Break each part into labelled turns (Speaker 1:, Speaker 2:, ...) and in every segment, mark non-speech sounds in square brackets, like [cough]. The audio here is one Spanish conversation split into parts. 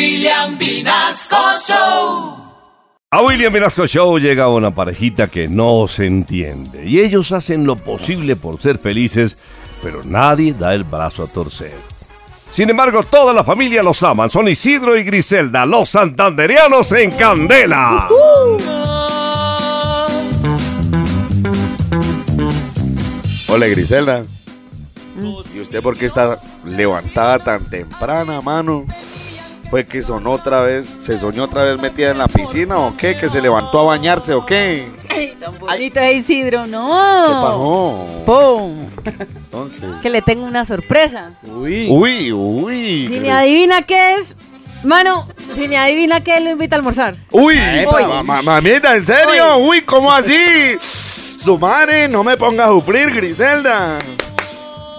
Speaker 1: William Vinasco Show.
Speaker 2: A William Velasco Show llega una parejita que no se entiende y ellos hacen lo posible por ser felices, pero nadie da el brazo a torcer. Sin embargo, toda la familia los aman, son Isidro y Griselda, los santanderianos en candela.
Speaker 3: Hola Griselda. ¿Y usted por qué está levantada tan temprana, mano? ¿Fue que sonó otra vez, se soñó otra vez metida en la piscina o qué? ¿Que se levantó a bañarse o qué? ¿Qué
Speaker 4: Tan bonito de Isidro, no.
Speaker 3: pasó?
Speaker 4: ¡Pum!
Speaker 3: Entonces.
Speaker 4: Que le tengo una sorpresa.
Speaker 3: Uy, uy.
Speaker 4: Si me adivina qué es, mano, si me adivina qué es, lo invito a almorzar.
Speaker 3: Uy,
Speaker 4: Hoy.
Speaker 3: ma- ma- mamita, ¿en serio? Uy, ¿cómo así? Su madre, no me ponga a sufrir, Griselda.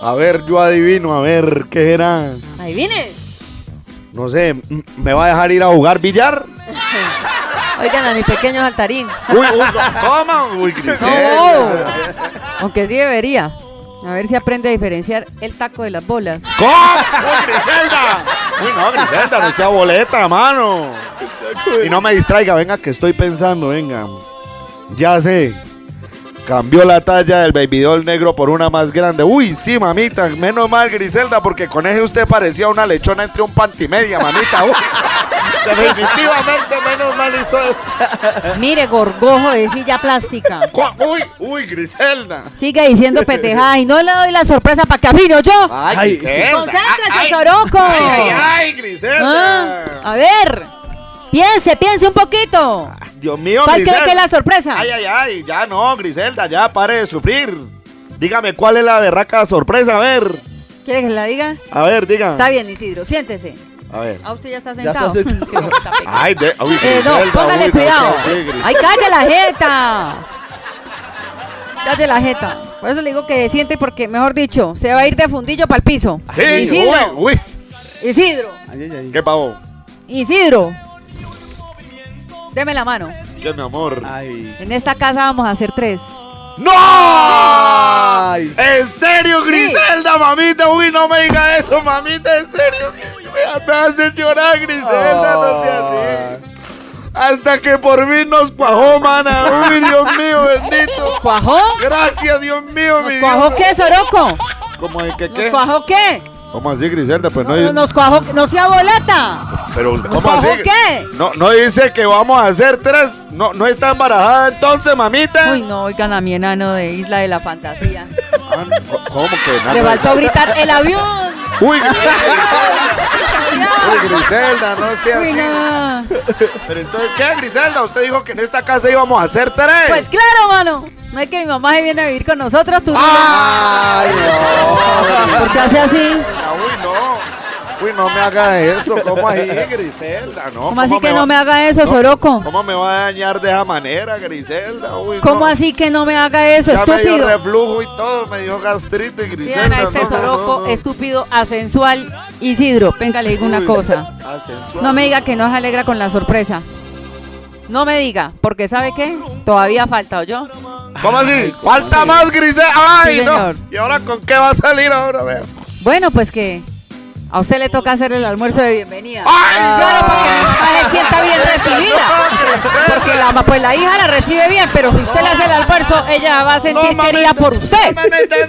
Speaker 3: A ver, yo adivino, a ver, ¿qué era?
Speaker 4: Adivine.
Speaker 3: No sé, m- ¿me va a dejar ir a jugar billar?
Speaker 4: Oigan a mi pequeño saltarín.
Speaker 3: Uy, uy, ¿cómo? Uy, Griselda.
Speaker 4: No. Aunque sí debería. A ver si aprende a diferenciar el taco de las bolas.
Speaker 3: ¿Cómo? ¡Uy, Griselda! Uy, no, Griselda, no sea boleta, mano. Y no me distraiga, venga, que estoy pensando, venga. Ya sé. Cambió la talla del babydoll negro por una más grande. Uy, sí, mamita. Menos mal, Griselda, porque con ese usted parecía una lechona entre un pantimedia, mamita. Uy. Definitivamente, menos mal hizo eso.
Speaker 4: Mire, gorgojo de silla plástica.
Speaker 3: Cu- Uy, uy, Griselda.
Speaker 4: Sigue diciendo petejada y no le doy la sorpresa para que afino yo.
Speaker 3: Ay, Griselda.
Speaker 4: ¡Concéntrese,
Speaker 3: Ay,
Speaker 4: Soroco!
Speaker 3: ah, eh. ay, ay, Griselda.
Speaker 4: Ah, A ver, piense, piense un poquito.
Speaker 3: Dios mío,
Speaker 4: ¿Cuál cree
Speaker 3: Griselda.
Speaker 4: que es la sorpresa?
Speaker 3: Ay, ay, ay, ya no, Griselda, ya pare de sufrir. Dígame cuál es la berraca sorpresa, a ver.
Speaker 4: ¿Quiere que la diga?
Speaker 3: A ver, diga.
Speaker 4: Está bien, Isidro, siéntese.
Speaker 3: A ver.
Speaker 4: Ah, usted ya está sentado. [laughs] Qué
Speaker 3: [laughs]
Speaker 4: bonita peca.
Speaker 3: Ay, de, uy,
Speaker 4: eh, no, póngale
Speaker 3: uy,
Speaker 4: cuidado.
Speaker 3: sí, sí, Gris-
Speaker 4: Ay, calle la jeta. Calle la jeta. Por eso le digo que siente porque, mejor dicho, se va a ir de fundillo para el piso.
Speaker 3: Sí,
Speaker 4: Isidro,
Speaker 3: uy,
Speaker 4: Isidro,
Speaker 3: uy. Qué pavo.
Speaker 4: Isidro. Deme la mano.
Speaker 3: Qué mi amor.
Speaker 4: En esta casa vamos a hacer tres.
Speaker 3: ¡No! ¿En serio, Griselda, mamita? Uy, no me diga eso, mamita, en serio. Me, me hace llorar, Griselda, no sea así. Hasta que por mí nos cuajó, mana. Uy, Dios mío, bendito.
Speaker 4: ¿Cuajó?
Speaker 3: Gracias, Dios mío, mi
Speaker 4: ¿Nos
Speaker 3: Dios.
Speaker 4: cuajó qué, Soroco?
Speaker 3: ¿Cómo es que
Speaker 4: ¿Nos
Speaker 3: qué?
Speaker 4: cuajó qué?
Speaker 3: ¿Cómo así, Griselda? Pues no,
Speaker 4: No, nos cuajó, no sea boleta.
Speaker 3: pero ¿cómo
Speaker 4: cuajó
Speaker 3: así?
Speaker 4: qué?
Speaker 3: No, no dice que vamos a hacer tres. No, no está embarazada entonces, mamita.
Speaker 4: Uy, no, oigan a mi enano de Isla de la Fantasía.
Speaker 3: Ah, no, co- ¿Cómo que nada?
Speaker 4: Le faltó gritar el avión.
Speaker 3: Uy, Griselda, uy, Griselda, no sea
Speaker 4: Uy,
Speaker 3: así.
Speaker 4: no.
Speaker 3: Pero entonces, ¿qué, Griselda? Usted dijo que en esta casa íbamos a hacer tres.
Speaker 4: Pues claro, mano. No es que mi mamá se viene a vivir con nosotros, tú.
Speaker 3: ¡Ay, no!
Speaker 4: ¿Por qué hace así?
Speaker 3: Uy, no. Uy, no me haga eso. ¿Cómo así, Griselda? No,
Speaker 4: ¿Cómo así que
Speaker 3: va-
Speaker 4: no me haga eso, Soroco?
Speaker 3: ¿Cómo me va a dañar de esa manera, Griselda? Uy,
Speaker 4: ¿Cómo
Speaker 3: no.
Speaker 4: así que no me haga eso,
Speaker 3: Ya me dio
Speaker 4: estúpido?
Speaker 3: reflujo y todo, me dio gastritis, Griselda.
Speaker 4: Vean a
Speaker 3: no,
Speaker 4: este
Speaker 3: no, no,
Speaker 4: Soroco,
Speaker 3: no.
Speaker 4: estúpido, asensual, Isidro. Venga, le digo una
Speaker 3: Uy, ah,
Speaker 4: cosa.
Speaker 3: asensual.
Speaker 4: No me diga que no se alegra con la sorpresa. No me diga, porque ¿sabe qué? Todavía falta, yo.
Speaker 3: ¿Cómo así? Falta más, Griselda. Ay,
Speaker 4: Sí,
Speaker 3: no.
Speaker 4: señor.
Speaker 3: ¿Y ahora con qué va a salir ahora? vea?
Speaker 4: Bueno, pues que a usted le toca hacer el almuerzo de bienvenida.
Speaker 3: ¡Ay!
Speaker 4: Claro, para que mi mamá se sienta [laughs] bien recibida. Porque la, ma- pues la hija la recibe bien, pero si usted le hace el almuerzo, ella va a sentir querida por usted.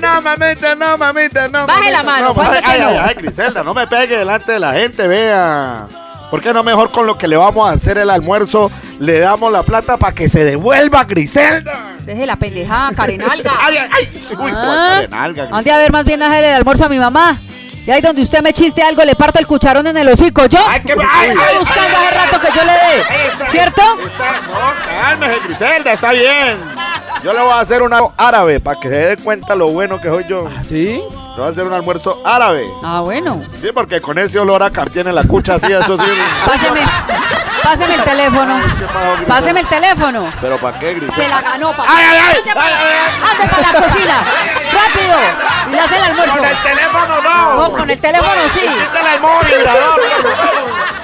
Speaker 3: No, mamita, no, mamita, no, mamita, no.
Speaker 4: Baje la
Speaker 3: mamita,
Speaker 4: mano,
Speaker 3: no,
Speaker 4: ¿cuánto
Speaker 3: ay,
Speaker 4: que
Speaker 3: ay,
Speaker 4: no?
Speaker 3: ay, ay, Griselda, no me pegue delante de la gente, vea. ¿Por qué no mejor con lo que le vamos a hacer el almuerzo? Le damos la plata para que se devuelva, Griselda.
Speaker 4: Deje la pendejada, [laughs] Karenalga.
Speaker 3: Ay, ay, ay. Uy,
Speaker 4: Ah,
Speaker 3: cuánta nalga, Griselda.
Speaker 4: Ande a ver más bien hacerle el almuerzo a mi mamá. Y ahí donde usted me chiste algo, le parto el cucharón en el hocico. ¿Yo?
Speaker 3: Ay, qué-
Speaker 4: Usted
Speaker 3: ay, ay,
Speaker 4: está buscando
Speaker 3: ay,
Speaker 4: hace rato que yo le
Speaker 3: Ahí está,
Speaker 4: dé. ¿Cierto?
Speaker 3: Está, no, cálmese, Griselda, está bien. Yo le voy a hacer un almuerzo árabe para que se dé cuenta lo bueno que soy yo. ¿Ah, sí? Le voy a hacer un almuerzo árabe.
Speaker 4: Ah, bueno.
Speaker 3: Sí, porque con ese olor a cartien en la cucha, sí, eso sí.
Speaker 4: Páseme, páseme el teléfono. Páseme el teléfono.
Speaker 3: ¿Pero para qué,
Speaker 4: Se
Speaker 3: Griselda?
Speaker 4: la ganó, papá.
Speaker 3: ¡Ay, ay, ay! ay, ay, ay!
Speaker 4: ¡Ande para la cocina! ¡Rápido! Y le hace el
Speaker 3: ¡Con el
Speaker 4: almuerzo.
Speaker 3: teléfono no!
Speaker 4: No, con el teléfono sí.
Speaker 3: ¡Quítale el móvil, vibrador!